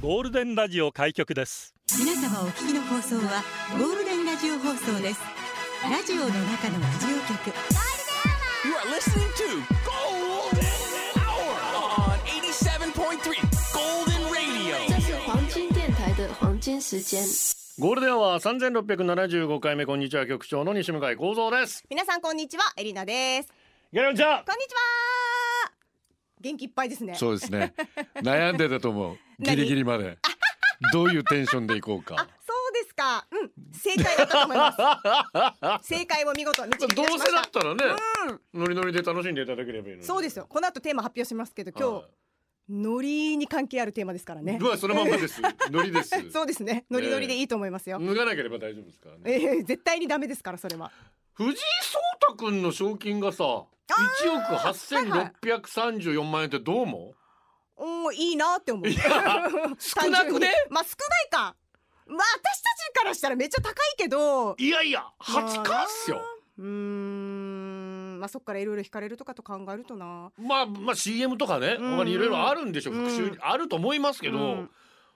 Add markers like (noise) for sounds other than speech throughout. ゴールデンラジオ開局です皆様お聞きの放送はゴールデンラジオ放送ですラジオの中のラジオ局 You are listening to Golden Hour on 87.3 Golden Radio. 这是黄金电台的黄金时间。ゴールデンは三千六百七十五回目こんにちは局長の西向井光三です。皆さんこんにちはエリナですギャランちゃん。こんにちは元気いっぱいですねそうですね。悩んでたと思う。ギリギリまで。どういうテンションでいこうあか。そうですかうん正解だったと思いま (laughs) す正解を見事導き出しどうませしだたったらね、ノリノリで楽しんでいただければいいのに。そうですよこの後テーマ発表しますけど今日、はノリに関係あるテーマですからねい。うわそのまんまです。 (laughs) ノリです。そうですねノリノリでいいと思いますよ、脱がなければ大丈夫ですからえね。ー絶対にダメですからそれは藤井聡太君の賞金がさ、一億八千六百三十四万円ってどうも？おーいいなって思ういや少なくね単純にまあ少ないかまあ私たちからしたらめっちゃ高いけどいやいや八冠っすよ。うーんまあそっからいろいろ引かれるとかと考えるとなまあまあ CM とかね、うん他にいろいろあるんでしょ。うん復習にあると思いますけど、うん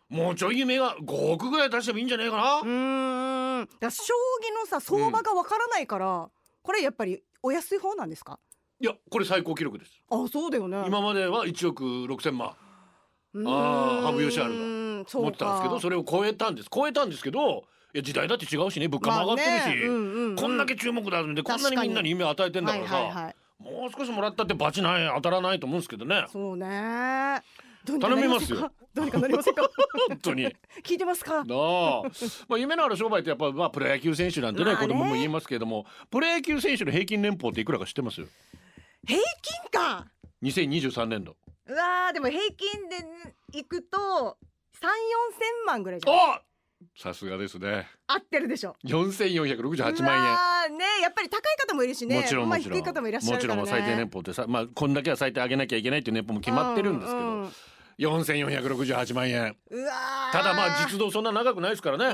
もうちょい夢が五億ぐらい出してもいいんじゃないかな。うーんだから将棋のさ相場がわからないから、これやっぱりお安い方なんですかいやこれ最高記録です。あそうだよね今までは1億6千万うーんあー羽生善治そう持ってたんですけどそれを超えたんです超えたんですけどいや時代だって違うしね物価も上がってるし、こんだけ注目だでこんな確にかにみんなに夢与えてんだからさ、はいはいはい、もう少しもらったってバチない当たらないと思うんですけどねそうねどうにか頼みますよなりせんかどうにかなりませんか本当にな聞いてます (laughs) かあまあ夢のある商売ってやっぱ、まあ、プロ野球選手なんてね,、まあ子ね供も言いますけれどもプロ野球選手の平均年俸っていくらか知ってます平均か ?2023 年度うわーでも平均でいくと三四千万ぐらいじゃんあさすがですね。合ってるでしょ四千四百六十八万円。円ねやっぱり高い方もいるしねもちろんまもあちろん、低い方もいらっしゃもるちかろらねん最低年俸ってさまあこんだけは最低上げなきゃいけないっていう年俸も決まってるんですけど、うう4468万円うわーただまあ実動そんな長くないですからねうん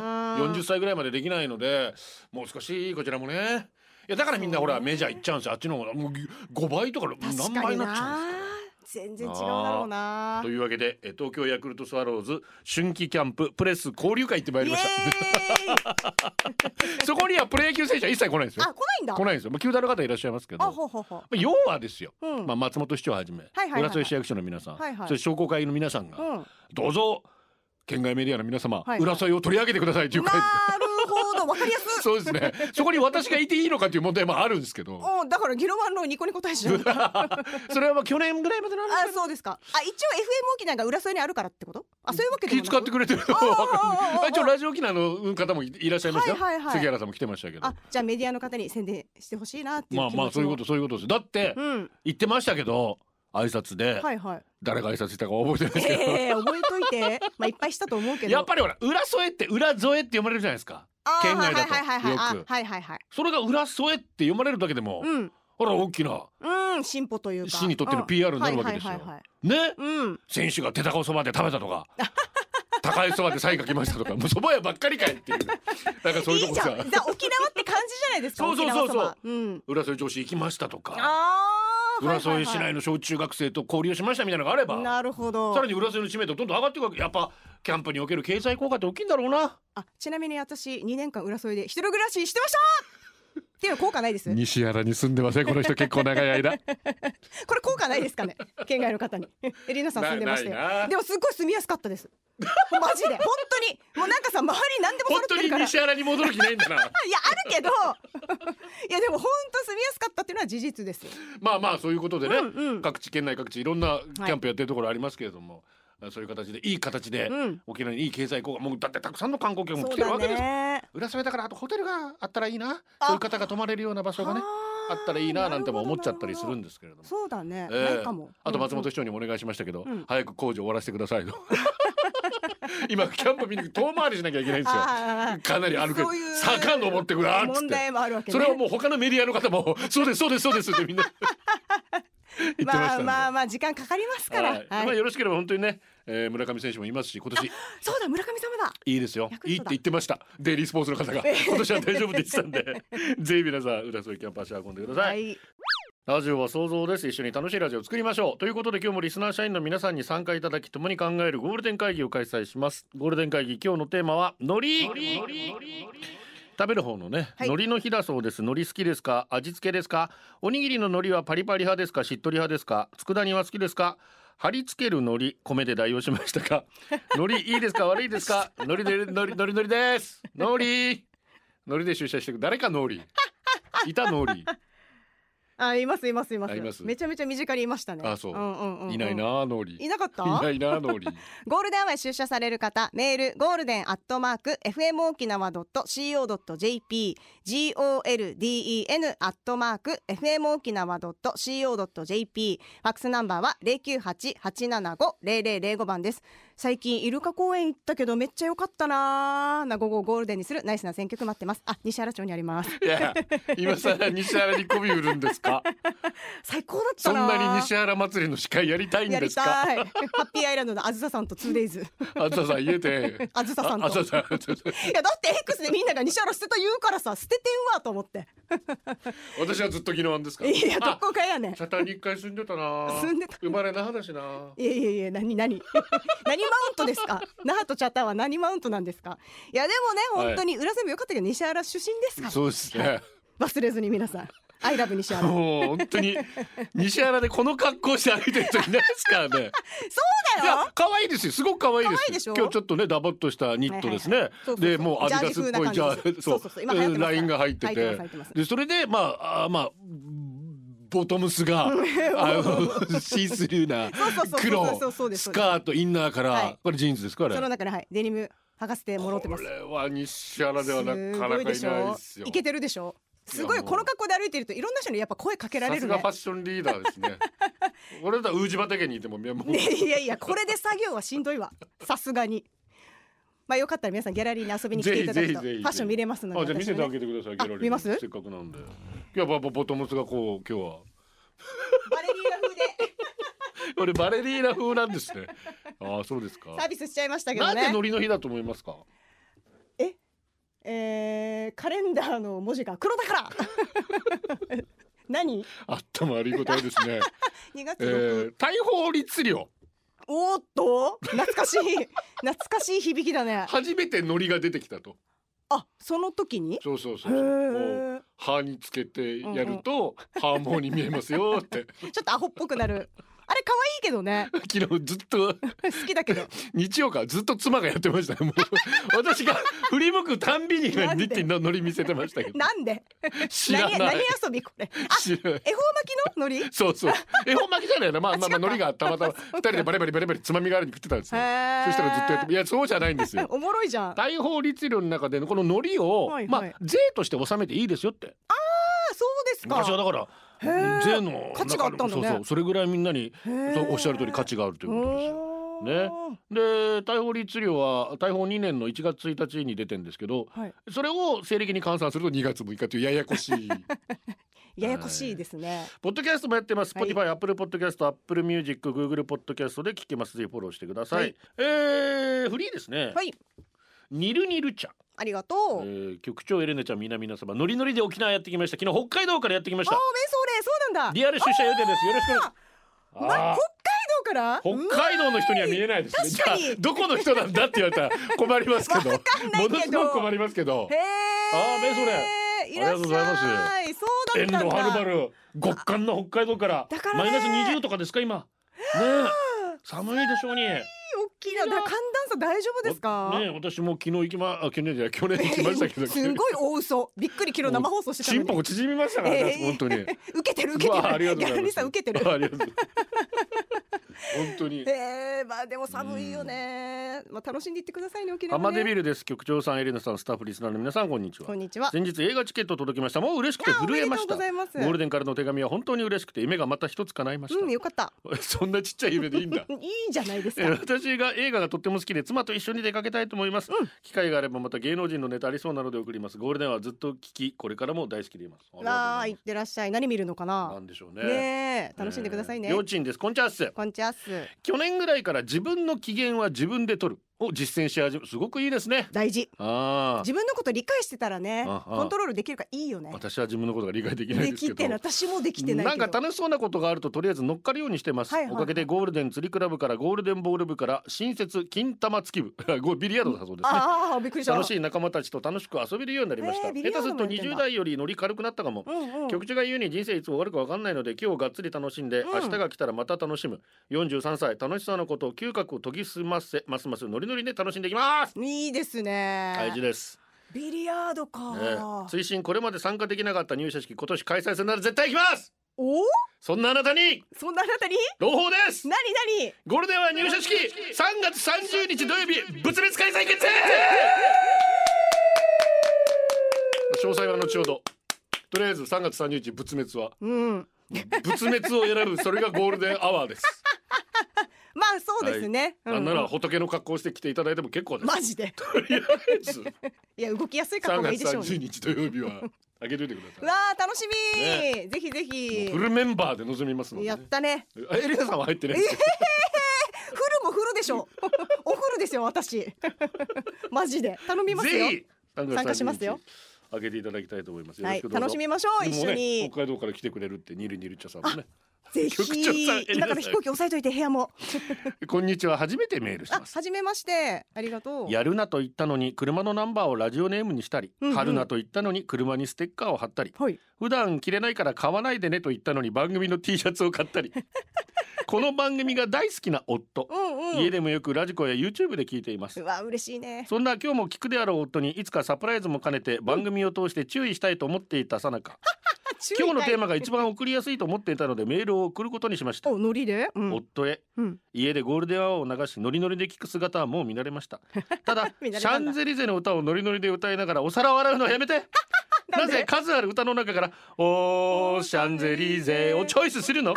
40歳ぐらいまでできないのでもう少しこちらもねいやだからみんなほらそうねメジャー行っちゃうんですよあっちの方がもう5倍とか何確か倍にになっちゃうんなですか全然違うだろうなというわけでえ東京ヤクルトスワローズ春季キャンププレス交流会行ってまいりイエまし (laughs) ーイたそこにはプロ野球選手は一切来ないんですよあ来ないんだ来ないんですよ、まあ、球団の方いらっしゃいますけどあまほうほうほうあ要はですよ、うんまあ、松本市長はじめ、はいはい浦添市役所の皆さん、はいはいそれ商工会の皆さんが、うんどうぞ県外メディアの皆様、はい浦添を取り上げてくださいというな会るほどわかりやす (laughs) いそうですね。そこに私がいていいのかという問題もあるんですけど。おだからギロワンのニコニコ大使じゃん (laughs) あそれはまあ去年ぐらいまでの話そうですかあ一応 FM 沖縄が浦添にあるからってことあそういうわけで気もなく使ってくれてるのああわかんあああなあい。一応ラジオ機能の方もいらっしゃいましたよ。はいはいはい杉原さんも来てましたけど。あじゃあメディアの方に宣伝してほしいなっていうまあ気持ちもまあそういうことそういうことです。だってうん言ってましたけど挨拶で、はいはい誰が挨拶したか覚えてないですけど。ええ覚えといてまあいっぱいしたと思うけどやっぱりほら裏添えって裏添えって読まれるじゃないですか。あー県外だとはいはいはいはいよくあはいはいはいそれが裏添えって読まれるだけでも、うんほら大きなうん、進歩というか。市にとってのうん PR になるわけですよはいはいはいはいね。うん、選手が手高おそばで食べたと (laughs) か高いそばでサイン書きましたとかもうそば屋ばっかりかいっていうなんかそういうといいこじゃん。さだから沖縄って感じじゃないです (laughs) か。そうそうそうそう沖縄そばうん。浦添女子行きましたとかああ。浦添市内の。の小中学生と交流しましたみたいなのがあればなるほど。さらに浦添の知名度どんどん上がっていくわけやっぱキャンプにおける経済効果って大きいんだろうなあ、ちなみに私二年間浦添で一人暮らししてました。っていうのは効果ないです。こ西原に住んでません。この人結構長い間。れ効果ないですかね。県外の方に。エリナさん住んでましたないなよ。いでもすっごい住みやすかったです。マジで本当にもうなんかさ周り何でも本揃って当るにから。西原に戻る気ないんだな (laughs) いやあるけど。いやでも本当住みやすかったっていうのは事実ですよ。まあまあそういうことでね、うんうん各地県内各地いろんなキャンプやってるところありますけれども、そういう形でいい形で、うん沖縄にいい経済効果もうだってたくさんの観光客もそ来うてるだわけですね。浦添だからあとホテルがあったらいいなあそういう方が泊まれるような場所がねああーったらいいななんても思っちゃったりするんなですけれどもほど。そうだね、ええないかも。あと松本うん市長にもお願いしましたけど、うん早く工事終わらせてくださいと (laughs) 今キャンプ見に行く遠回りしなきゃいけないんですよあーかなり歩くそういう坂登ってくわっつっ問て題もあるわけ、ね。それをもう他のメディアの方も (laughs) 「そうですそうですそうです」ってみん (laughs) な言ってましたまんあで、まあまあ時間かかりますから。ははいい。まあよろしければ本当にね、えー村上選手もいますし今年そうだ村上様だ。いいですよヤ。クいいルってトだ言ってました。デイリースポ (laughs) ーツの方が今年は大丈夫でしたんで、ぜひ皆さん浦添キャンパス足運んでください。い。ラジオは想像です一緒に楽しいラジオを作りましょうということで今日もリスナー社員の皆さんに参加いただき共に考えるゴールデン会議を開催しますゴールデン会議今日のテーマは海苔食べる方のね、はい海苔の日だそうです海苔好きですか味付けですかおにぎりの海苔はパリパリ派ですかしっとり派ですか佃煮は好きですか貼り付ける海苔米で代用しました (laughs) か海苔いいですか悪いですか海苔で海苔海苔海苔です海苔海苔で出社してく誰か海苔いた海苔あいますいますいますあいますめちゃめちゃ身近にいましたねあそうんうんうんうんいないなノリいなかったいないなノリゴールデンアワーへ出社される方、メール、ゴールデンアットマーク、fmokinawa.co.jp、golden アットマーク、fmokinawa.co.jp、ファックスナンバーは098-875-0005番です。最近、イルカ公園行ったけど、めっちゃ良かったなーな午後をゴールデンにするナイスな選曲待ってます。あ、西原町にあります。いや今さら西原に媚び売るんですか (laughs) 最高だっそたんなーなに西原祭りの司会やりたいんやでりすかたい。ハッピーアイランドのあずささんと 2days。あずささん言えてあずささんと。あずささん (laughs) いやだって X でみんなが西原捨てた言うからさ捨ててんわと思って私はずっと疑難ですからいやどあこかやねん社体に一回住んでたな住んでた生まれ那覇だしないやいやいや何何 (laughs) 何マウントですか那覇とチャタは何マウントなんですかいやでもね本当に浦瀬もよかったけど西原出身ですからそうですね忘れずに皆さんアイラブ西原そうもう本当に西原でこの格好して歩いてる人いないですからね (laughs) いだよや可愛いですよすごく可愛いですよ可愛いでしょ今日ちょっとねダボっとしたニットですね、はいはいはいそうそうそうでもうアディダスっぽいジジャャージー風な感じですそうそうそう今流行ってますからラインが入ってて入ってます入ってますでそれでまああまあボトムスがあのシースルーなそうそうそうそうそうそう黒ですそスうですカートインナーから、はいこれジーンズですかあれその中ではいデニム剥がせてもろってますこれは西原ではなすかごないかでいしないょですよいけてるでしょすごいいやもうこの格好で歩いてるといろんな人にやっぱ声かけらされるすがねファッションリーダー (laughs) ですね俺だったらウージ畑にいてももうね (laughs) いやいやこれで作業はしんどいわさすがにまあよかったら皆さんギャラリーに遊びに来ていただくとぜフひぜひぜひァッション見れますのであじゃあ見せてあ私もねげてくださいギあャラリーに見ますせっかくなんでいやっぱボトムスがこう今日はバレリーナ風で俺バレリーナ風なんですねああそうですかサービスしちゃいましたけなどんでねノリの日だと思いますかえー、カレンダーの文字が黒だから (laughs) 何あったま悪い答えです (laughs) ね、 2月え6、ー、大砲律令おーっと懐かしい懐かしい響きだね初めてノリが出てきたとあその時にそうそうそへうそうー歯につけてやるとハーモニー見えますよって (laughs) ちょっとアホっぽくなるあれ可愛いけどね昨日ずっと好きだけど日曜からずっと妻がやってましたねもう私が振り向くたんびになんでミッキーのノリ見せてましたけどなんで知ら何な何い遊びこれあ知らない恵方巻きの海苔そうそう。恵方巻きじゃないな。まあまあまあ、海苔がたまたま、二人でバレバレバレバレつまみ代わりに食ってたんですよ。そへー。したらずっとやって、いや、そうじゃないんですよおもろいじゃんあ大法律令の中でのこの海苔を、はいまはあい税として納めていいですよってそうですか昔はだからへー税の価値があったんだねそうそうそれぐらいみんなにへーそうおっしゃる通り価値があるということですよおねーで大法律令は大法2年の1月1日に出てんですけどはいそれを西暦に換算すると2月6日というややこし (laughs) いややこしいですねポッドキャストもやってますはい Spotify、Apple Podcast、Apple Music、Google Podcast で聞けますぜひフォローしてください、はいえー、フリーですね、はいニルニル茶ありがとえう、ー、局長エレネちゃん皆皆様ノリノリで沖縄やってきました昨日北海道からやってきましあたおめそれそうなんだリアル出社予定ですよろしくお願いしますお前北海道から北海道の人には見えないですね。確かにじゃあどこの人なんだって言われたら困りますけど、わかんないけどものすごく困りますけどへ。えあーめそいれありがらっしゃいとうございますそう遠だっ路たんだはるばる極寒の北海道からだからねマイナス20とかですか今。ねえ寒いでしょうに。ね大きいなだ寒暖差大丈夫ですか、え私も昨日行きまあ去年じゃない去年行きましたけど。 (laughs) すごい大嘘びっくり昨日生放送してたチ (laughs) のンにポが縮みましたからえねえ本当 (laughs) に。受けてる受けうてるわありがとうギごャざラいまリーす。さん受けてるありがとうございます。本当に。えー、まあでも寒いよね、まあ楽しんでいってくださいね沖縄アねマデビルです局長さんエレナさんスタッフリスナーの皆さんこんにちはこんにちは先日映画チケット届きましたもう嬉しくてあお震めえでまとうしたございますゴールデンからの手紙は本当に嬉しくて夢がまた一つ叶いましうんよかったたそんなちっちゃい夢でいいん (laughs) だいいじゃないですえか私が映画がとっても好きで妻と一緒に出かけたいと思います、機会があればまた芸能人のネタありそうなので送りますゴールデンはずっと聞きこれからも大好きでいますわありがとうござい行ってらっしゃい何見るのかますななんでしょうねねえ楽しんでくださいね、えーりょうちんですこんちゃっすこんちはっす去年ぐらいから自分の機嫌は自分で取るを実践し始めすごくいいですね大事あ自分のこと理解してたらねああコントロールできるからいいよねあ私は自分のことが理解できないでですけきどてない私もできてないけどんか楽しそうなことがあるととりあえず乗っかるようにしてます、はいはいはいおかげでゴールデン釣りクラブからゴールデンボール部から新設金玉突き部 (laughs) ゴビリヤードだそうですねああびっくりし (laughs) た楽しい仲間たちと楽しく遊べるようになりました、えービリヤ下ー手すドるもとやってんだ20代よりノリ軽くなったかも、うんうん局長が言うに人生いつ終わるか分かんないので今日をがっつり楽しんで、うん明日が来たらまた楽しむ43歳楽しそうなことを嗅覚を研ぎ澄ませますますノリノリで楽しんでいきますいいです大事ねです、ビリヤードねか推進これまで参加できなかった入社式今年開催するなら絶対行きますおそんなあなたにそんなあなたに朗報ですなになにゴールデンは入社式3月30日土曜日物別開催決定詳細は後ほどとりあえず3月30日仏滅はうん仏滅を選ぶそれがゴールデンアワーですまあそうですね、なうんなら仏の格好をして来ていただいても結構ですマ (laughs) ジでとりあえ (laughs) ずいや動きやすい格3好がいい月でしょう30ね日土曜日はあげといてくうだわさー楽しみねぜひぜいひもうフルメンバーで臨みますのでやっねたねあエリナさんは入ってないですけどフルもフルで (laughs) しょおフルですよ私 (laughs) マジで頼みますよぜひ3月参加します30よ日あげていただきたいと思いますよろはしいくどうぞ楽しみましょうで一も緒に、ね、北海道から来てくれるってニルニルチャさんもねぜ局長さんエリナひさん今から飛行機押さえといて部屋もこんにちは初めてメールしあます初めましてありがとうやるなと言ったのに車のナンバーをラジオネームにしたり、うんうん貼るなと言ったのに車にステッカーを貼ったりはい普段着れないから買わないでねと言ったのに番組の T シャツを買った (laughs) りこの番組が大好きな夫、うんうん家でもよくラジコや YouTube で聞いていますうわ嬉しいねそんな今日も聞くであろう夫にいつかサプライズも兼ねて番組を通して注意したいと思っていたさなか今日のテーマが一番送りやすいと思っていたのでメールを送ることにしましたおノリで、うん夫へうん、 (laughs) 家でゴールデンアワーを流しノリノリで聞く姿はもう見慣れました (laughs) ただ見慣れたんシャだンゼリゼの歌をノリノリで歌いながらお皿を洗うのはやめ (laughs) てなぜ数ある歌の中から「おーシャンゼリゼ」をチョイスするの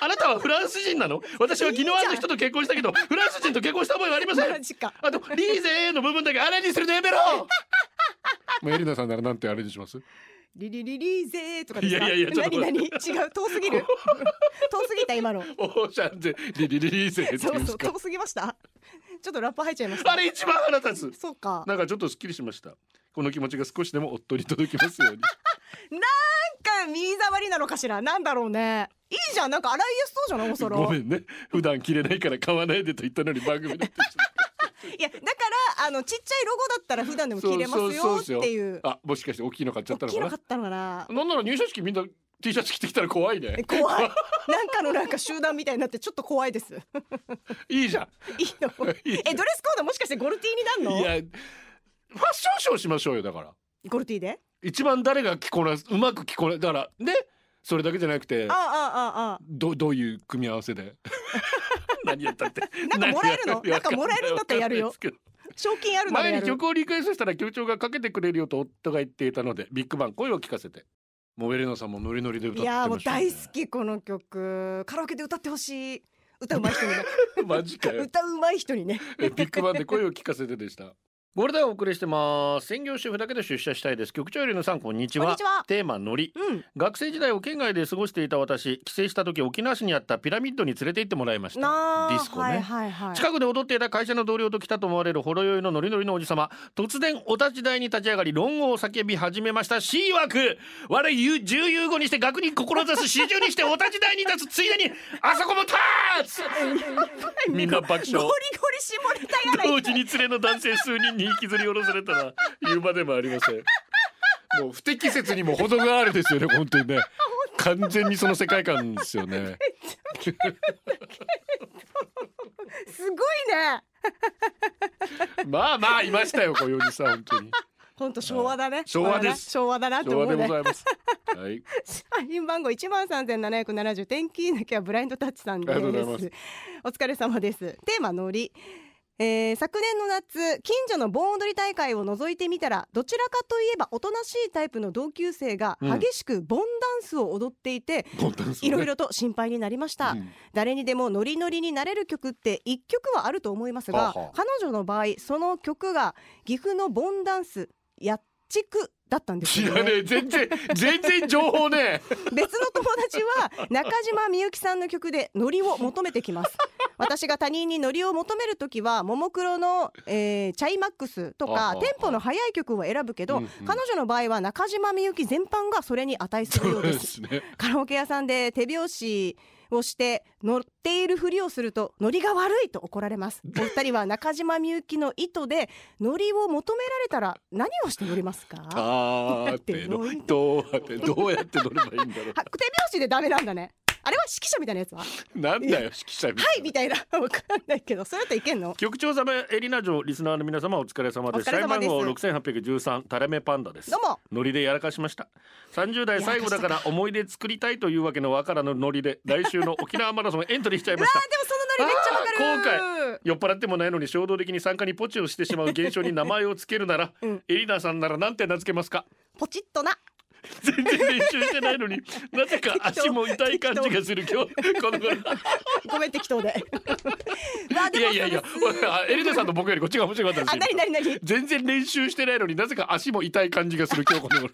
あなたはフランス人なの私は昨日ある人と結婚したけどフランス人と結婚した覚えはありません (laughs) マジかあと「リーゼ」の部分だけあれにするのやめ (laughs) ろまあエリナさんならなんてあれにしますリリリリーゼーとかですかいやいやいやちょっと何何違う遠すぎる遠すぎた今の「おーシャンゼリリリリーゼ」っていそううんでそすうか遠すぎましたちょっとラップ入っちゃいましたあれ一番腹立つそうかなんかちょっとすっきりしましたこの気持ちが少しでも夫に届きます (laughs) ようになんか身触りなのかしらなんだろうねいいじゃんなんか洗いやすそうじゃないお皿ごめんね普段着れないから買わないでと言ったのに番組でいやだからあのちっちゃいロゴだったら普段でも着れますよっていうあもしかして大きいの買っちゃった大のきかななかったのかななんなら入社式みんな T シャツ着てきたら怖いねえ怖いなんかのなんか集団みたいになってちょっと怖いですいいじゃいいのいいえドレスコードもしかしてゴルティんになんいのやファッションショーしましょうよだからゴルティで一番誰が着こなすうまく着こなだからねそれだけじゃなくてあああああどどういう組み合わせ (laughs) で何やったってなんかもらえるの何やったってなんかもらえるんだったらやるよわかんないですけどあ賞金あるなら前やにる曲をリクエストしたら局長がかけてくれるよと夫が言っていたのでビッグバン声を聞かせてもうエレナさんもノリノリで歌っいてました、ね、やーもう大好きこの曲カラオケで歌ってほしい歌うまい人にね (laughs) マジか (laughs) よ。歌うまい人にねビッグバンで声を聞かせてでした。ゴールデンをお送りしてます。専業主婦だけで出社したいです。局長よりのさん、こんにちは。こんにちはテーマ、ノリ。うん学生時代を県外で過ごしていた私、帰省した時、沖縄市にあったピラミッドに連れて行ってもらいました。デなあィスコね。はいはいはい (laughs) 近くで踊っていた会社の同僚と来たと思われるほろ酔いのノリノリのおじさま突然お立ち台に立ち上がり論語を叫び始めました死曰く悪い言う重有語にして学に志す始終にしてお立ち台に立つついでにあそこも立つみんな爆ゴリ笑ゴリ絞れたや (laughs) ない同時に連れの男性数人に引きずり下ろされたら言うまでもありませんもう不適切にも程があるですよね本当にね完全にその世界観ですよねすごいねまあまあいましたよ小じさん本当に本当昭和だね昭和です昭和だなって昭思和でうごねざいますはい社員番号一万三千七百七十天気なきゃブラインドタッチさんで。ありがとうございますお疲れ様です。テーマのり。えー昨年の夏近所の盆踊り大会を覗いてみたらどちらかといえばおとなしいタイプの同級生がうん激しく盆ダンスを踊っていて、本当にそういろいろと心配になりました、うん誰にでもノリノリになれる曲って一曲はあると思いますが、はあはあ彼女の場合その曲が岐阜のボンダンスやっちくだったんです知よ、らねね、え全然全然情報ね別の友達は中島みゆきさんの曲でノリを求めてきます私が他人にノリを求めるときはももクロの、えーチャイマックスとあああかあテンポの速い曲を選ぶけど、うんうん彼女の場合は中島みゆき全般がそれに値するようですねカラオケ屋さんで手拍子をして乗っているふりをするとノリが悪いと怒られますお二人は中島みゆきの意図でノリを求められたら何をして乗りますかあーってのどうやってどうやって乗ればいいんだろは手拍子でダメなんだねあれは指揮者みたいなやつははうなんだよ指揮者みたいいなみたいな (laughs) わかんないけどそれだったらいけんの局長様エリナ城リスナーの皆様お疲れ様ですお疲れ様です社員番号6813タラメパンダですどうもノリでやらかしました30代最後だから思い出作りたいというわけのわからぬノリで来週の沖縄マラソンエントリーしちゃいましたあでもそのノリめっちゃわかる酔っ払ってもないのに衝動的に参加にポチをしてしまう現象に名前をつけるなら、うんエリナさんなら何て名付けますか (laughs) ポチッとな全然練習してないのになぜか足も痛い感じがする今日 (laughs) この頃ごめん適当でわあでいもやいやいやそれすあエリナさんの僕よりこっちが面白かった (laughs) あですなに今なになにあ待って全然練習してないのになぜか足も痛い感じがする今日この頃、 30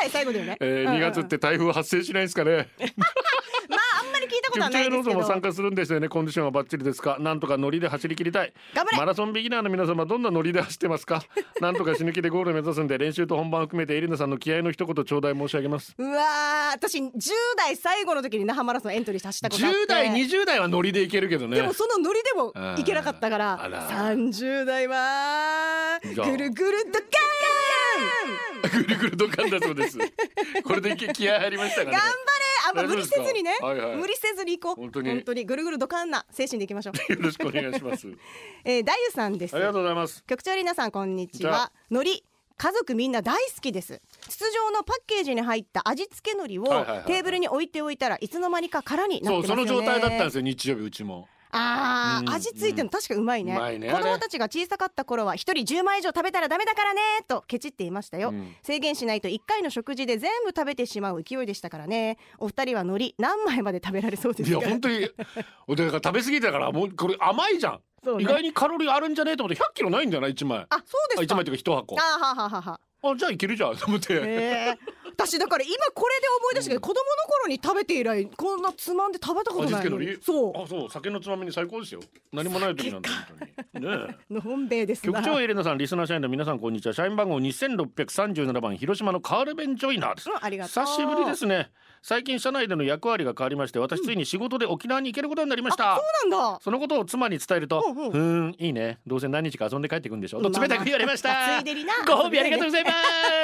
代最後だよね、えー、 (laughs) うんうん2月って台風発生しないんですかねまああんまり聞いたことは局な長いでのすけぞども参加するんですよねコンディションはバッチリですかなんとかノリで走り切りたい頑張れマラソンビギナーの皆様どんなノリで走ってます (laughs) かなんとか死ぬ気でゴール目指すんで練習と本番を含めてエリナさんの気合の一言頂戴申し上げ (laughs) ますうわー私10代最後の時に那覇マラソンエントリーしたしたことあって10代20代はノリでいけるけどねでもそのノリでもいけなかったかうんあらら30代はじゃあぐるぐるドカーンぐるぐるドカンだそう (laughs) ですこれでいけ気合入りましたかね頑張れあんま無理せずにね、大丈夫ですかはいはい無理せずに行こう本当にぐるぐるドカーンな精神でいきましょう、よろしくお願いします (laughs) えー、ダユさん (laughs) ですありがとうございます局長りなさんこんにちじゃはあ海苔家族みんな大好きです筒状のパッケージに入った味付け海苔をはいはいはいテーブルに置いておいたらいつの間にか空になそっうてますそよねの状態だったんですよ日曜日うちもあー、うん味付いてるの確かうまいねうまいね子あ供れたちが小さかった頃は一人10枚以上食べたらダメだからねとケチっていましたよ、うん制限しないと1回の食事で全部食べてしまう勢いでしたからねお二人は海苔何枚まで食べられそうでいすやか本当におだから食べ過ぎたからもうこれ甘いじゃんそうね意外にカロリーあるんじゃねえと思って100キロないんじゃない1枚ああそうです1か枚というか1箱あーははははあじゃあいけるじゃんと思って、ええ私だから今これで思い出したけ (laughs) ど、子供の頃に食べて以来こんなつまんで食べたこと味ない付けののにりそうあそう酒のつまみに最高ですよ何もない時なんだ本当に (laughs) ねえのほんべいです局な長エレナさんリスナー社員の皆さんこんにちは社員番号2637番広島のカールベンジョイナーですうんありがとう久しぶりですね最近社内での役割が変わりまして私ついに仕事で沖縄に行けることになりました、そうなんだそのことを妻に伝えると「ううんうんんんいいねどうせ何日か遊んで帰ってくんでしょ」と冷たく言われました、まあま (laughs) あついでになご褒美ありがとうございま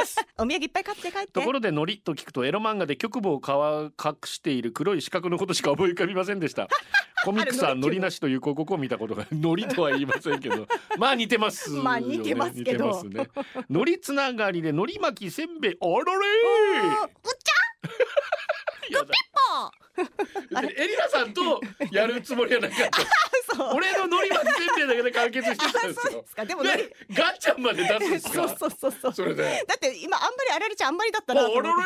すお土産いっぱい買って帰ってところでノリと聞くとエロ漫画で局部をかわ隠している黒い四角のことしか思い浮かびませんでした (laughs) コミックスはノリなしという広告を見たことがノリとは言いませんけ (laughs) どまあ似てますよねまあ似てますけど似てますねノリつながりでノリ巻きせんべいおろうれっーぱでエリナさんとやるつもりはなかったそうあ俺のノリ巻きせんべいだけで完結してたんです (laughs) そうよですかでもでねガッチャンまで出すんですそかうそうそうそうそれでだって今あんまりあられちゃんあんまりだったなと思おってろれ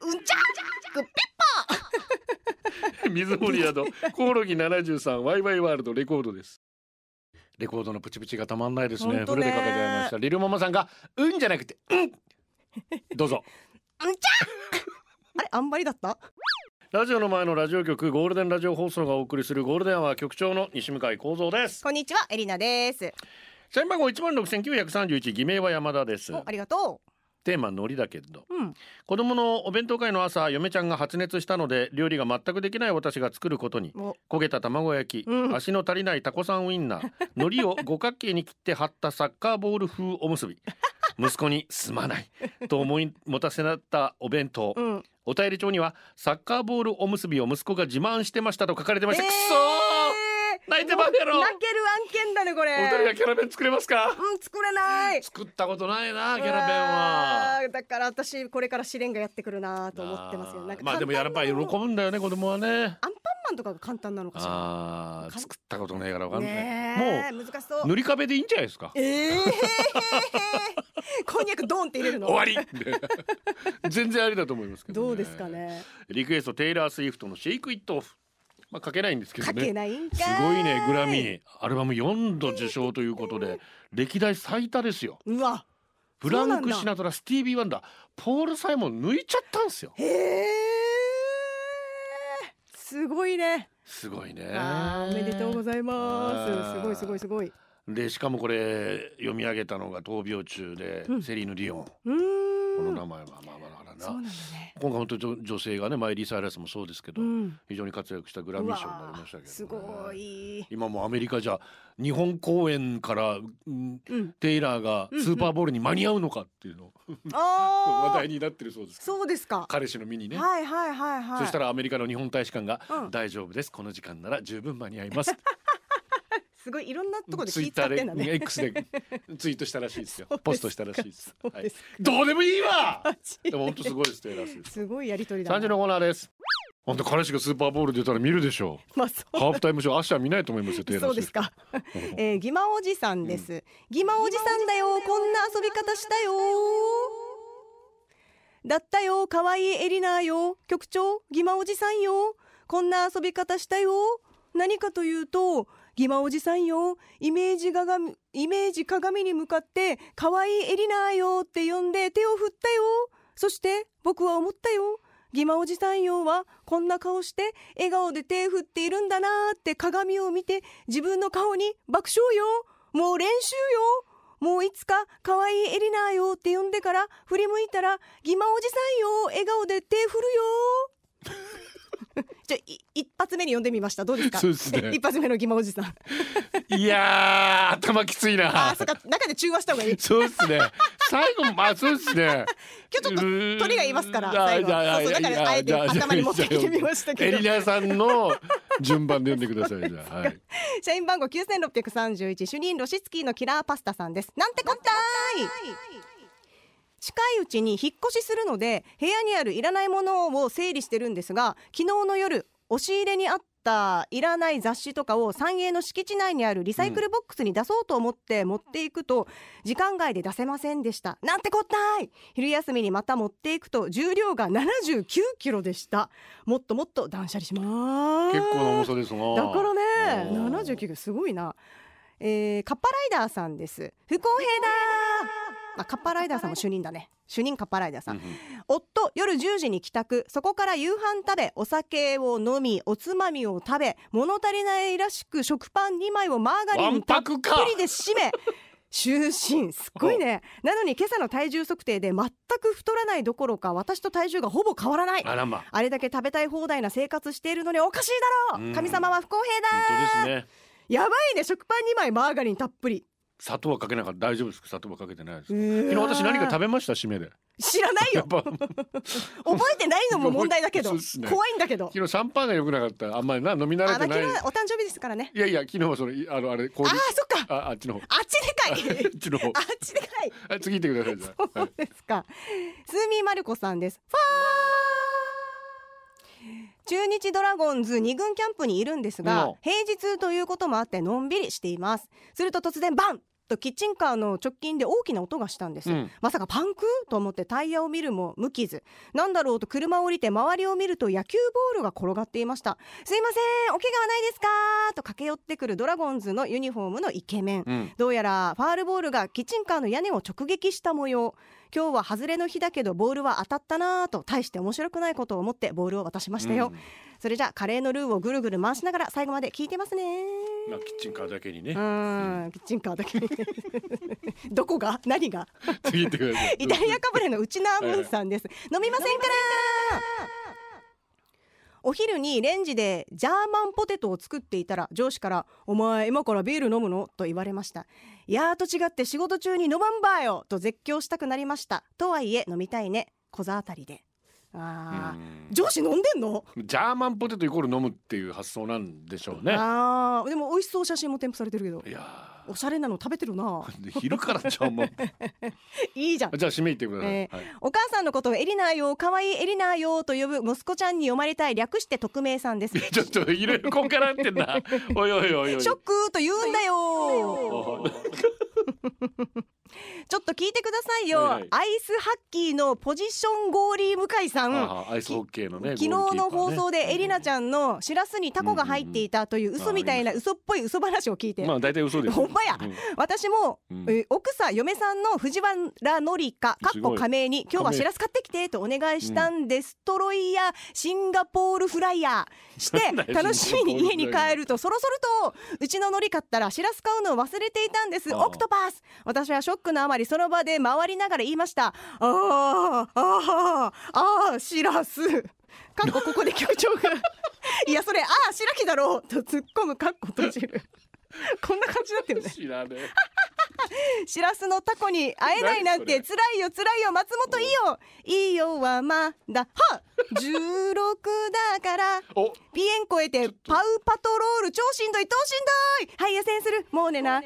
うんちゃグッピー水森宿コオロギ73ワイワイワールドレコードですレコードのプチプチがたまんないですねほんとフねルでかけちゃいましたリルママさんがうんじゃなくてうんどうぞうんちゃあれあんまりだったラジオの前のラジオ局ゴールデンラジオ放送がお送りするゴールデンは局長の西向井光三ですこんにちはエリナです社員番号16,931偽名は山田ですおありがとテーマノリだけどううん子供のお弁当会の朝嫁ちゃんが発熱したので料理が全くできない私が作ることにも焦げた卵焼き、うん足の足りないタコさんウインナ (laughs) ー海苔を五角形に切って貼ったサッカーボール風おむすび息子にすまないと思い持たせなったお弁当、ううんお便り帳にはサッカーボールおむすびを息子が自慢してましたと書かれてました、えーくそー泣いてばっかやろ泣ける案件だねこれお二人はキャラ弁作れますかうん作れない作ったことないなキャラ弁はうわーだから私これから試練がやってくるなと思ってますよなんかまあでもやっぱり喜簡単なもぶのんだよね子供はねアンパンマンとかが簡単なのかしらあー作ったことないからわかんない、ねえ難しそもうう塗り壁でいいんじゃないですかええ (laughs) こんにゃくドーンって入れるの終わり全然ありだと思いますけど、ね、どうですかねリクエストテイラー・スウィフトの「シェイク・イット・オフ」まあ書けないんですけどかけねないんかすごいねグラミーアルバム4度受賞ということで歴代最多ですよーうわフランク・シナトラスティービー・ワンダーポール・サイモン抜いちゃったんですよへえすごいね、すごいねあーおめでとうございまあーすすごいすごいすごいでしかもこれ読み上げたのが闘病中で、うんセリーヌ・ディオンこうーのん名前はまあまあだからそうななんだね今回本当に女女性がねマイリー・サイラスもそうですけど、うん非常に活躍したグラミー賞になりましたけど、うわーね、すごい今もうアメリカじゃ日本公演から、うん (laughs) うんテイラーがスーパーボールに間に合うのかっていうの、話ああ題になってるそうですけどそうですか彼氏の身にね、はいはいはいはいそしたらアメリカの日本大使館が、うん大丈夫ですこの時間なら十分間に合い (laughs) ますすごいいろんなところでツ気イ遣ッタっーてんだでね X (laughs) でツイートしたらしいですよそうですかポストしたらしいですそうは (laughs) でいすか、どうでもいいわ (laughs) マジでも本当すごいですテイラースすごいやりとりだ三時なのコーナーです本当彼氏がスーパーボール出たら見るでしょまあそううハーフタイムショー明日は見ないと思いますよテイラースそうですか。えー、ギマおじさんです。ギマおじさんだよ。こんな遊び方したよ。だったよ。可愛いエリナよ。局長、ギマおじさんよ。こんな遊び方したよ。何かというと、ギマおじさんよ。イメージががイメージ鏡に向かって可愛いエリナよって呼んで手を振ったよ。そして僕は思ったよ。ギマおじさんよはこんな顔して笑顔で手振っているんだなーって鏡を見て自分の顔に爆笑よもう練習よもういつか可愛いエリナーよって呼んでから振り向いたらギマおじさんよ笑顔で手振 (laughs) るよじゃあい一発目に呼んでみましたどうですかそうですね (laughs) 一発目のギマおじさんいやー頭きついあなーそっか中で中和した方が (laughs) いいそうですね最後まあそうですね今日ちょっと鳥がいますからうーん最後あいやいやそうそうだからあえていやいや頭に持ってきてみましたけどエリナさんの順番で読んでくださいじゃあ、 (laughs) はい、社員番号9631主任ロシツキーのキラーパスタさんです。なんてこったーい。近いうちに引っ越しするので部屋にあるいらないものを整理してるんですが昨日の夜押し入れにあったいらない雑誌とかを三栄の敷地内にあるリサイクルボックスに出そうと思って持っていくと時間外で出せませんでしたなんてこったい昼休みにまた持っていくと重量が79キロでしたもっともっと断捨離します結構な重さですがだからね、うん79キロすごいな。えー、カッパライダーさんです。不公平だー。あ、カッパライダーさんも主任だね。主任カッパライダーさん。夫夜10時に帰宅そこから夕飯食べお酒を飲みおつまみを食べ物足りないらしく食パン2枚をマーガリンにたっぷわんぱくかりで締め就寝すっごいねなのに今朝の体重測定で全く太らないどころか私と体重がほぼ変わらないあらまあれだけ食べたい放題な生活しているのにおかしいだろう、うん神様は不公平だ本当ですねやばいね食パン2枚マーガリンたっぷり砂糖はかけなかった大丈夫ですか砂糖はかけてないです昨昨日私何か食べべました締めで知らないやよっぱ昨覚えてないのも問題だけど、そうっすね怖いんだけど日シャンパンが良くなかったあんまりな飲み慣れあまあて昨ない日はお誕生日ですからねいやいや昨日はそのいあのあれああ氷そっかああっちの方あっちでかいあっちの方あっちでかいはい次行ってくださいじゃあ、そはうですか。スーミーマルコさんです。ファー中日ドラゴンズ2軍キャンプにいるんですうがん平日ということもあってのんびりしていますすると突然バンとキッチンカーの直近で大きな音がしたんです、うんまさかパンクと思ってタイヤを見るも無傷なんだろうと車を降りて周りを見ると野球ボールが転がっていましたすいませんお怪我はないですかと駆け寄ってくるドラゴンズのユニフォームのイケメン、うんどうやらファールボールがキッチンカーの屋根を直撃した模様今日は外れの日だけどボールは当たったなぁと大して面白くないことを思ってボールを渡しましたよ、それじゃあカレーのルーをぐるぐる回しながら最後まで聞いてますねまあキッチンカーだけにねうんキッチンカーだけ (laughs) どこが (laughs) 何が次行ってくだ (laughs) さいイタリアかぶれのうちなあむんさんです。飲みませんからお昼にレンジでジャーマンポテトを作っていたら上司から「お前今からビール飲むの?」と言われました「いやーと違って仕事中に飲まんばよ!」と絶叫したくなりましたとはいえ飲みたいね小座あたりであー、上司飲んでんの、ジャーマンポテトイコール飲むっていう発想なんでしょうねあーでも美味しそう写真も添付されてるけどいやおしゃれなの食べてる (laughs) なー昼からジャーマ (laughs) ンいいじゃんじゃあ締め行ってください、えーはいお母さんのことをエリナーよ可愛いエリナーよと呼ぶ息子ちゃんに読まれたい略して匿名さんですちょっといろいろこんからってん (laughs) な。おいおいおいおい。ショックと言うんだよちょっと聞いてくださいよ、はいはいアイスハッキーのポジションゴーリー向井さん、ああアイスホッケーのね昨日の放送でエリナちゃんゃんのしらすにタコが入っていたという嘘みたいな嘘っぽい嘘話を聞いて、まあ大体嘘ですほんまや私も、うんえー奥さん嫁さんの藤原紀香かっこ加盟に今日はしらす買ってきてとお願いしたんです、トロイヤシンガポールフライヤーしなんだてよ楽しみに家に帰るとそろそろとうちののり買ったらしらす買うのを忘れていたんですああオクトパス私はショックのあまりその場で回りながら言いましたあーあーあーしらすかっこここで局長 (laughs) がいやそれああしらきだろうと突っ込むかっこ閉じるこんな感じだったよね知らねえしらすのタコに会えないなんて何辛いよ辛いよ松本いいよいいよはまだは16だからおピエン超えてパウパトロール超しんどい超しんどいはい野戦するもうねな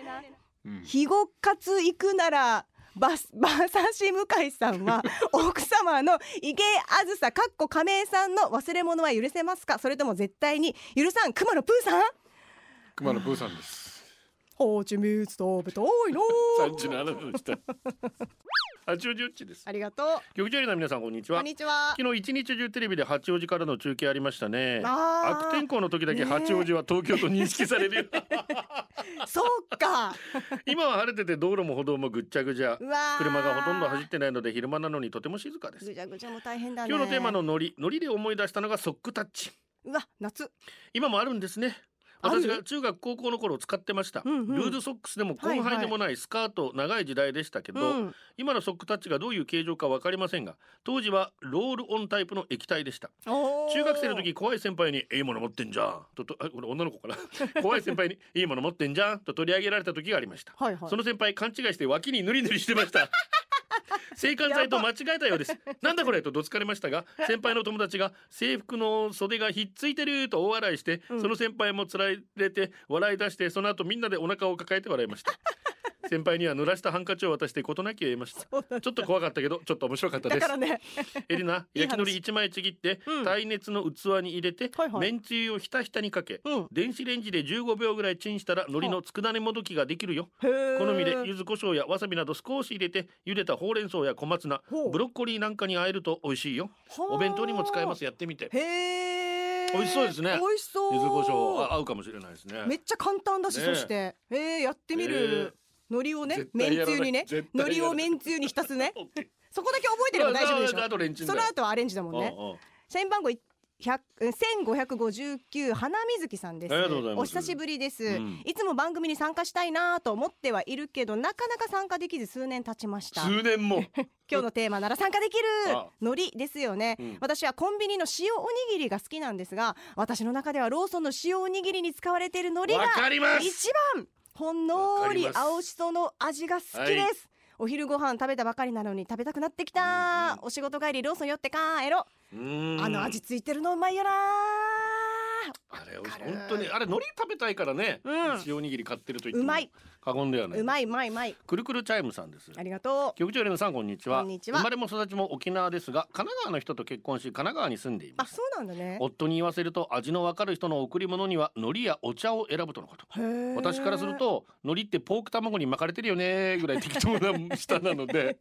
うん肥後かつ行くならバス (laughs) バサシ向井さん (laughs) は奥様の池あずさかっこ亀井さんの忘れ物は許せますかそれとも絶対に許さん熊野プーさん熊野ブーさんですホチミツ食べたいの (laughs) 三時の話でした八王子よっちですありがとう局長よりの皆さんこんにちこはんにちは昨日一日中テレビで八王子からの中継ありましたねあー悪天候の時だけねえ八王子は東京と認識されるよそうか (laughs) 今は晴れてて道路も歩道もぐっちゃぐちゃうわー車がほとんど走ってないので昼間なのにとても静かですぐちゃぐちゃも大変だね今日のテーマのノリノリで思い出したのがソックタッチうわ夏今もあるんですねある私が中学高校の頃使ってました、うんうんルーズソックスでも広範囲でもないスカート、長い時代でしたけど、うん今のソックタッチがどういう形状か分かりませんが当時はロールオンタイプの液体でしたおー中学生の時怖い先輩に「いいもの持ってんじゃん」ととあこれ女の子かな (laughs) 怖い先輩に「いいもの持ってんじゃん」と取り上げられた時がありましたはいはいその先輩勘違いして脇にぬりぬりしてました (laughs) 制汗剤と間違えたようですなんだこれとどつかれましたが先輩の友達が制服の袖がひっついてると大笑いして、うんその先輩もつられて笑い出してその後みんなでお腹を抱えて笑いま (laughs) した先輩には濡らしたハンカチを渡して事なきを得ましたそうなんだちょっと怖かったけどちょっと面白かったでだすからねエリナいい話焼き海苔一枚ちぎって、うん耐熱の器に入れて、はいはいめんつゆをひたひたにかけ、うん電子レンジで15秒ぐらいチンしたら海苔の佃煮もどきができるよ好好みで柚子胡椒やわさびなど少し入れて茹でたほうれん草や小松菜ほうブロッコリーなんかに和えると美味しいよお弁当にも使えますやってみてへー美味しそうですね美味しそう柚子胡椒あ合うかもしれないですねめっちゃ簡単だし、ねそしてえー、やってみる、海苔をね絶め対んやつらゆないにね絶対やらな海い苔をめんつゆに浸 (laughs) すねそこだけ覚えてれば大丈夫でしああょとレンチンそだのよ後はアレンジだもんねうんうん社員番号100 1559花水木さんですありがとうございますお久しぶりです、うんいつも番組に参加したいなと思ってはいるけどなかなか参加できず数年経ちました数年も今日のテーマなら参加できるあ海苔ですよね、うん私はコンビニの塩おにぎりが好きなんですが私の中ではローソンの塩おにぎりに使われている海苔がわかります一番ほんのーり青しその味が好きです、はいお昼ご飯食べたばかりなのに食べたくなってきた、お仕事帰りローソン寄って帰ろうーんあの味ついてるのうまいよなあれわかる本当にあれ海苔食べたいからね、うん塩おにぎり買ってると言ってもうまい過言ではないーうまいうまいうまいくるくるチャイムさんですありがとう局長連のさんこんにちはこんにちは生まれも育ちも沖縄ですが神奈川の人と結婚し神奈川に住んでいまあすそうなんだね夫に言わせると味のわかる人の贈り物には海苔やお茶を選ぶとのこと私からする (laughs) と海苔ってポーク卵に巻かれてるよねぐらい適当な舌なの (laughs) で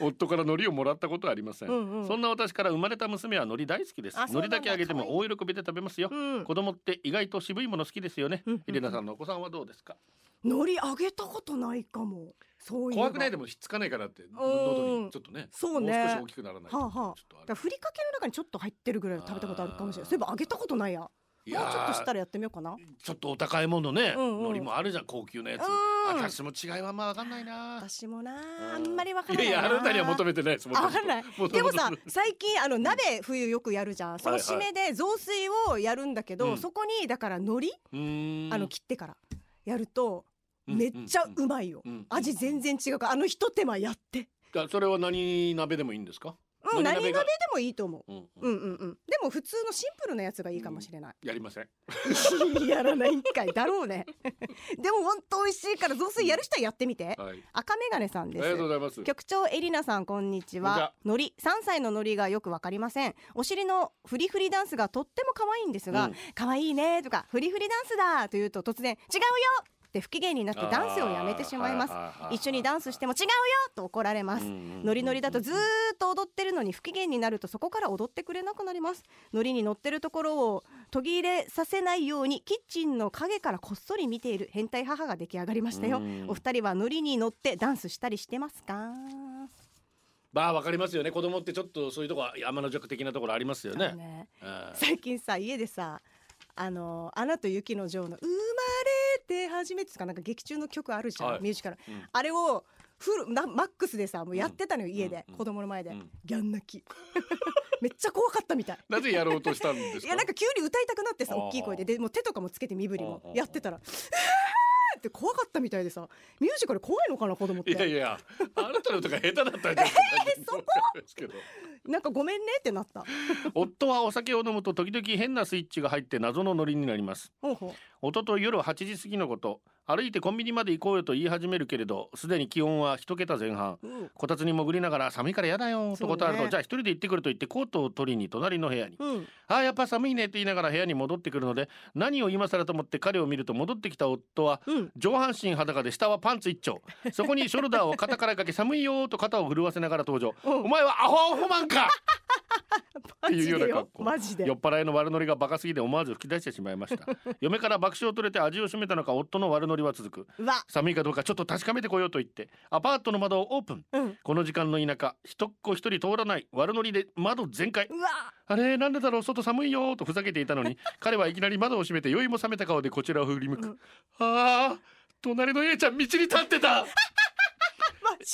夫から海苔をもらったことはありません、うんうんそんな私から生まれた娘は海苔大好きですあ海そう苔なんだだけあげて可も愛大喜びで食べますよ、 (laughs) うん子供って意外と渋いもの好きですよね、うんうんヒレナさんのお子さんはどうですか海苔揚げたことないかもそういえば怖くないでもひっつかないからって喉にちょっとねそうもねう少し大きくならないとはあはあちょっとあだかれらふりかけの中にちょっと入ってるぐらいは食べたことあるかもしれないそういえば揚げたことないやもいうちやょーっとしたらやってみようかなちょっとお高いものね、うんうん海苔もあるじゃん高級なやつ、うん私も違いはあんま分かんないな私もなうんあんまりわからないいやいやあなたには求めてないですあわかんない元々でもさ最近あの鍋冬よくやるじゃんそはのいはい締めで雑炊をやるんだけど、うんそこにだから海苔うーんあの切ってからやるとうんめっちゃうまいよ、うんうん味全然違うからあのひと手間やってだそれは何鍋でもいいんですか、うん何鍋鍋がでもいいと思ううんうんうんうんでも普通のシンプルなやつがいいかもしれない、やりませんやらないんかいだろうね (laughs) でも本当美味しいから雑炊やる人はやってみてはい赤眼鏡さんあでりがとうごすざいます局長エリナさんこんにちはのり3歳ののりがよくわかりませんお尻のフリフリダンスがとっても可愛いんですが、うん可愛いねとかフリフリダンスだというと突然違うよってして不機嫌になってダンスをやめてしまいます一緒にダンスしても違うよと怒られますノリノリだとずーっと踊ってるのに不機嫌になるとそこから踊ってくれなくなりますノリに乗ってるところを途切れさせないようにキッチンの影からこっそり見ている変態母が出来上がりましたよお二人はノリに乗ってダンスしたりしてますかまあわかりますよね子供ってちょっとそういうとこは山の弱的なところありますよねねうん最近さ家でさ「あのアナと雪の女王」の「生まれて初めて」とかなんか劇中の曲あるじゃん、はいミュージカル、うんあれをフルなマックスでさもうやってたのよ、家で、うん子供の前で、うんギャン泣き (laughs) めっちゃ怖かったみたいなぜやろうとしたんです (laughs) いかやなんか急に歌いたくなってさあー大きい声ででもう手とかもつけて身振りあーあーあもーやってたら「うわーって怖かったみたいでさミュージカル怖いのかな子供っていやいやあなたのとか下手だったんじゃないかなそこです (laughs) けどなんかごめんねってなった夫はお酒を飲むと時々変なスイッチが入って謎のノリになりますほうほう一昨日夜8時過ぎのこと歩いてコンビニまで行こうよと言い始めるけれどすでに気温は一桁前半うんこたつに潜りながら寒いから嫌だよと断ると、そうねじゃあ一人で行ってくると言ってコートを取りに隣の部屋にうんああやっぱ寒いねって言いながら部屋に戻ってくるので何を今更と思って彼を見ると戻ってきた夫はうん上半身裸で下はパンツ一 (laughs) 丁そこにショルダーを肩からかけ寒いよーと肩を震わせながら登場 (laughs) うんお前はアホアホマンかマジっていうよでうなよ格好マジ (laughs) で酔っ払いの悪ノリがバカすぎて思わず吹き出してしまいました (laughs) 嫁から爆笑を取れて味を占めたのか夫の悪ノリは続くうわ寒いかどうかちょっと確かめてこようと言ってアパートの窓をオープンうんこの時間の田舎一っ子一人通らない悪ノリで窓全開うわあれなんでだろう外寒いよーとふざけていた (laughs) のに彼はいきなり窓を閉めて酔いも覚めた顔でこちらを振り向く、ああ隣の A ちゃん道に立ってた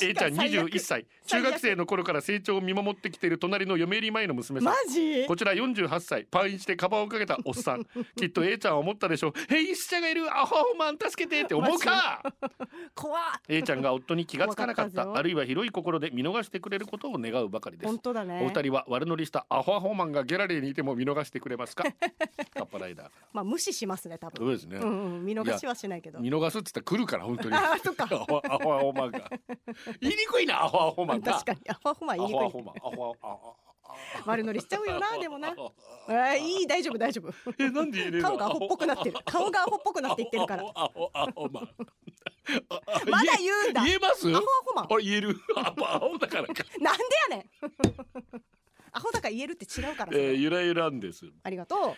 A ちゃん21歳中学生の頃から成長を見守ってきている隣の嫁入り前の娘さんマジこちら48歳パンイチでカバンをかけたおっ (laughs) さんきっと A ちゃんは思ったでしょう「変異者がいるアホマン助けて」って思う (laughs) か怖っ A ちゃんが夫に気がつかなかっ怖かったたぞあるいは広い心で見逃してくれることを願うばかりです本当だねお二人は悪乗りしたアホアホマンがギャラリーにいても見逃してくれます (laughs) かカッパライダーまあ無視しますね多そう分ですね、うん、うん、見逃しはしないけど見逃すって言ったら来るから本当に (laughs) あそっかアホアホアホマンが言いにくいなアホアホマンが確かにアホアホマン言いにアホアくホいマンアホアホ丸乗りしちゃうよなで (laughs) もアなホあーいい大丈夫大丈夫えなんで入れるの顔がアホっぽくなってる顔がアホっぽくなっていってるからアまホアホアホマンああだ言うんだア言えますホアホマンあ言えるアホアホだからか、なんでやねん (laughs) アホだから言えるって違うからえー、ゆらゆらんですありがと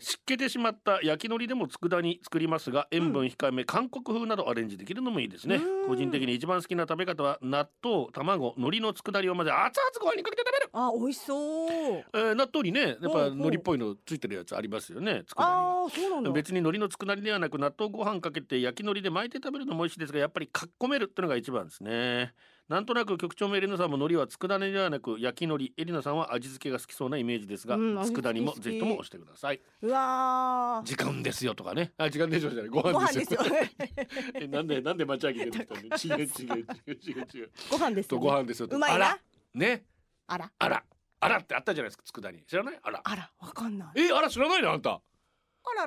湿気てしまった焼き海苔でも佃煮作りますが塩分控えめ、韓国風などアレンジできるのもいいですねうん個人的に一番好きな食べ方は納豆卵海苔の佃煮を混ぜ熱々ご飯にかけて食べるうあ美味しそうえー納豆にねやっぱほうほう海苔っぽいのついてるやつありますよね佃煮がああそうなんだ別に海苔の佃煮ではなく納豆ご飯かけて焼き海苔で巻いて食べるのも美味しいですがやっぱりかっこめるってのが一番ですねなんとなく局長もエリナさんも海苔は佃煮ではなく焼き海苔エリナさんは味付けが好きそうなイメージですが、うん味付け佃煮も好きぜひとも押してくださいうわー時間ですよとかねあ時間でしょうじゃないごご飯飯でですすよよ (laughs) えなんでなんで待ち上げてるんですかね違う違う違う違う違うご飯ですとよ、ごね、飯ですようまいあらなねあらあらあらってあったじゃないですか佃煮知らないあらあらわかんないえあら知らないのあんたあ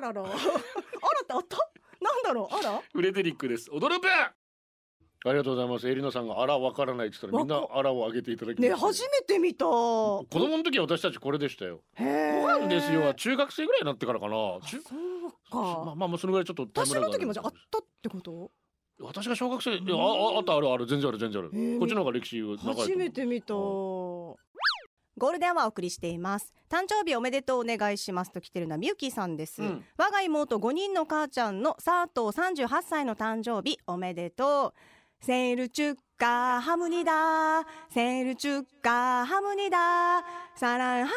ららら。あらってあった。なんだろう。あら。フレデリックです踊るべありがとうございますエリナさんがあらわからないって言ったらみんなわあらをあげていただきましね、た初めて見た。ご子供の時は私たちこれでしたよご飯ですよは。中学生ぐらいになってからかな中そうまあか。まあまあそのぐらいちょっと私の時もじゃあああったってこと。私が小学生いやあああったあるある全然ある全然ある、へーこっちの方が歴史が長いと思う初めて見た。ゴールデンはお送りしています。誕生日おめでとうお願いしますと来てるのはみゆきさんです。うん我が妹5人の母ちゃんの佐藤38歳の誕生日おめでとう。セールチュッカハムニダセールチュッカハムニダサランハ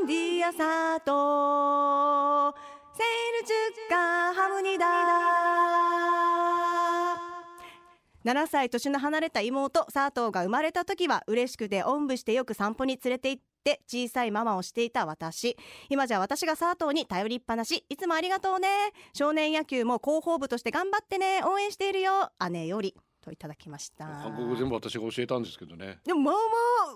ヌンディアサトセールチュッカハムニダ7歳年の離れた妹佐藤が生まれた時は嬉しくておんぶしてよく散歩に連れて行って小さいママをしていた私今じゃ私が佐藤に頼りっぱなしいつもありがとうね少年野球も広報部として頑張ってね応援しているよ姉よりといただきました韓国語全部私が教えたんですけどねでもまあ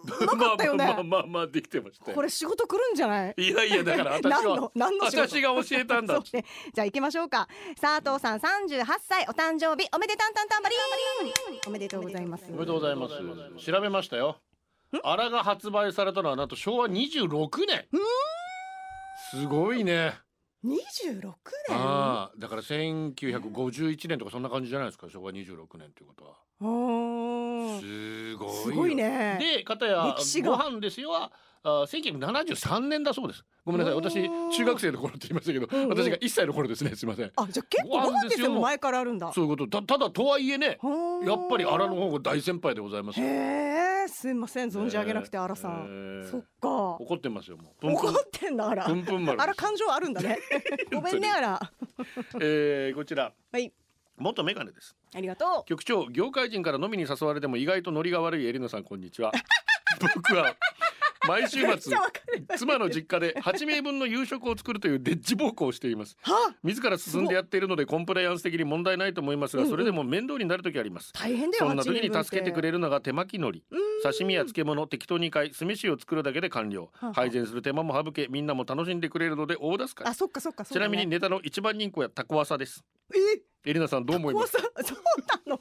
(laughs) まあうまかったよね、まあまあまあまあできてましたよこれ仕事来るんじゃないいやいやだ (laughs) から私何はの何の仕事私が教えたんだそうねじゃあ行きましょうか佐藤さん38歳お誕生日おめでたんたんたんばりんおめでとうございますおめでとうございます。調べましたよ。アラが発売されたのはなんと昭和26年。すごいね26年ああだから1951年とかそんな感じじゃないですか昭和26年ということはおーすごいよすごいねで片や歴史がご飯ですよはあ1973年だそうですごめんなさいおー私中学生の頃って言いましたけど、うんうん私が1歳の頃ですねすいませんあじゃあ結構ごご飯飯でですすよよも前からあるんだそういうことたただとはいえねほーやっぱり荒野方が大先輩でございますよへえすいません存じ上げなくて荒さえん、ーそっか怒ってますよもうプンプ怒ンってんだあらプンプン丸あら感情あるんだねごめんねあらえーこちらはい元メガネですありがと局長業界人から飲みに誘われても意外とノリが悪いエリノさんこんに (laughs) ちは僕は毎週う (laughs) めっ末ちゃわかる妻の実家で8名分の夕食を作るというデッジ暴行をしていますは自ら進んでやっているのでコンプライアンス的に問題ないと思いますがそれでも面倒になる時あります大変だよそんな時に助けてくれれるのが手巻き海苔刺身や漬物適当に買い酢飯を作るだけで完了はあ配膳する手間も省けみんなも楽しんでくれるので大助かありそっかそっかそちうだなみねにネタの一番人公はタコワサですえエリナさんどう思いま怖すさ (laughs) そうなの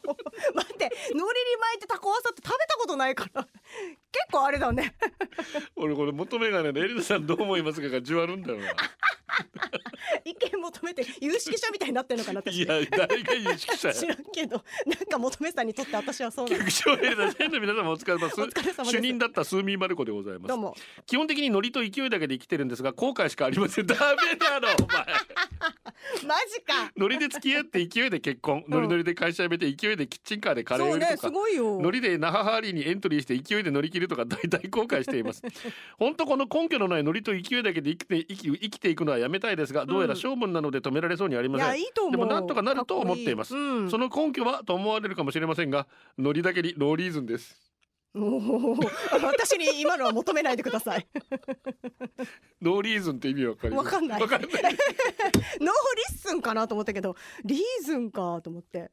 待って海苔に巻いてタコワサって食べたことないから (laughs) 結構あれだね (laughs) 俺これ元メガネのエリナさんどう思いますかがじわるんだよな意見求めて有識者みたいになってるのかな私いや誰が意識者や (laughs) 知らんけどなんか求めさんにとって私はそうなの局長エリナさんの皆様お疲れ様ですお疲れ様です主任だったスーミーマルコでございますどうも基本的にノリと勢いだけで生きてるんですが後悔しかありませんダメだろお前マジかノリで付き合って勢いで結婚ノリノリで会社辞めて勢いでキッチンカーでカレーをそう売るねとすか、ごいよノリで那覇ハーリーにエントリーして勢いで乗り切るとか大体後悔してい (laughs) ます本当この根拠のないノリと勢いだけで生きて生き生きていくのはやめたいですがどうやら性分なので止められそうにありいませんやいいと思うでもなんとかなると思っていますかっこうんその根拠はと思われるかもしれませんがノリだけにローリーズンですおー (laughs) 私に今のは求めないでくださいノーリーズンって意味わかりますわかんないわかんないノーリッスンかなと思ったけどリーズンかと思って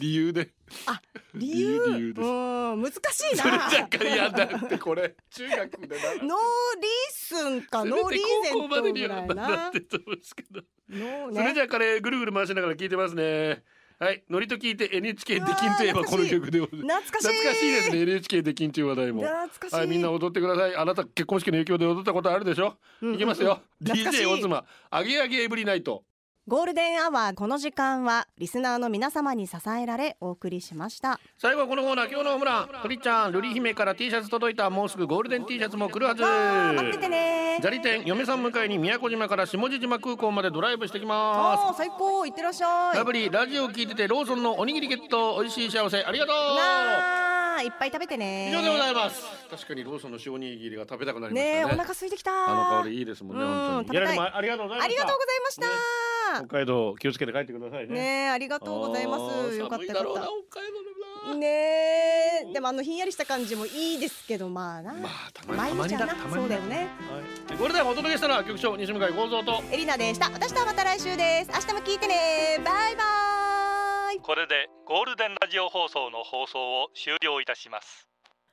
理由であ理由理由理由ですうん難しいなそれ若干やだってこれ中学でな (laughs) ノーリッスンかノーリーゼせめて高校ンまトでぐにらはいなだなっ。てと思うんですけど、ノーそれじね。ゃあカレーぐるぐる回しながら聞いてますねはいノリと聞いて NHK できんといえばうわーこの曲でございます懐かしい。懐かしいですね NHK できんという話題も懐かしい。はいみんな踊ってくださいあなた結婚式の影響で踊ったことあるでしょ、うんうんうんいきますよ懐かしい DJ オズマアゲアゲエブリナイトゴールデンアワーこの時間はリスナーの皆様に支えられお送りしました。最後はこのコーナー今日のホームラン鳥ちゃん瑠璃姫から T シャツ届いたもうすぐゴールデン T シャツも来るはずあー待っててね。砂利店嫁さん迎えに宮古島から下地島空港までドライブしてきますあー最高。いってらっしゃい。ラブリーラジオ聞いててローソンのおにぎりゲット美味しい幸せありがとうなあいっぱい食べてね。以上でございます確かにローソンの塩おにぎりが食べたくなりましねたねえお腹空いてきた。あの香りいいですもんねうん本当に食べたやいでもありがとうございまあしりたがとうございました。北海道気をつけて帰ってくださいねねえありがとうございあます。ーよかっ寒いただよろうかなっ北海道のた。ねえでもあのひんやりした感じもいいですけどまあな。まあたま毎にたまに日はだなたまそうにだだよねはいこれでお届けしたのは局長西向井剛三とエリナでした私とはまた来週です明日も聞いてねバイバイこれでゴールデンラジオ放送の放送を終了いたします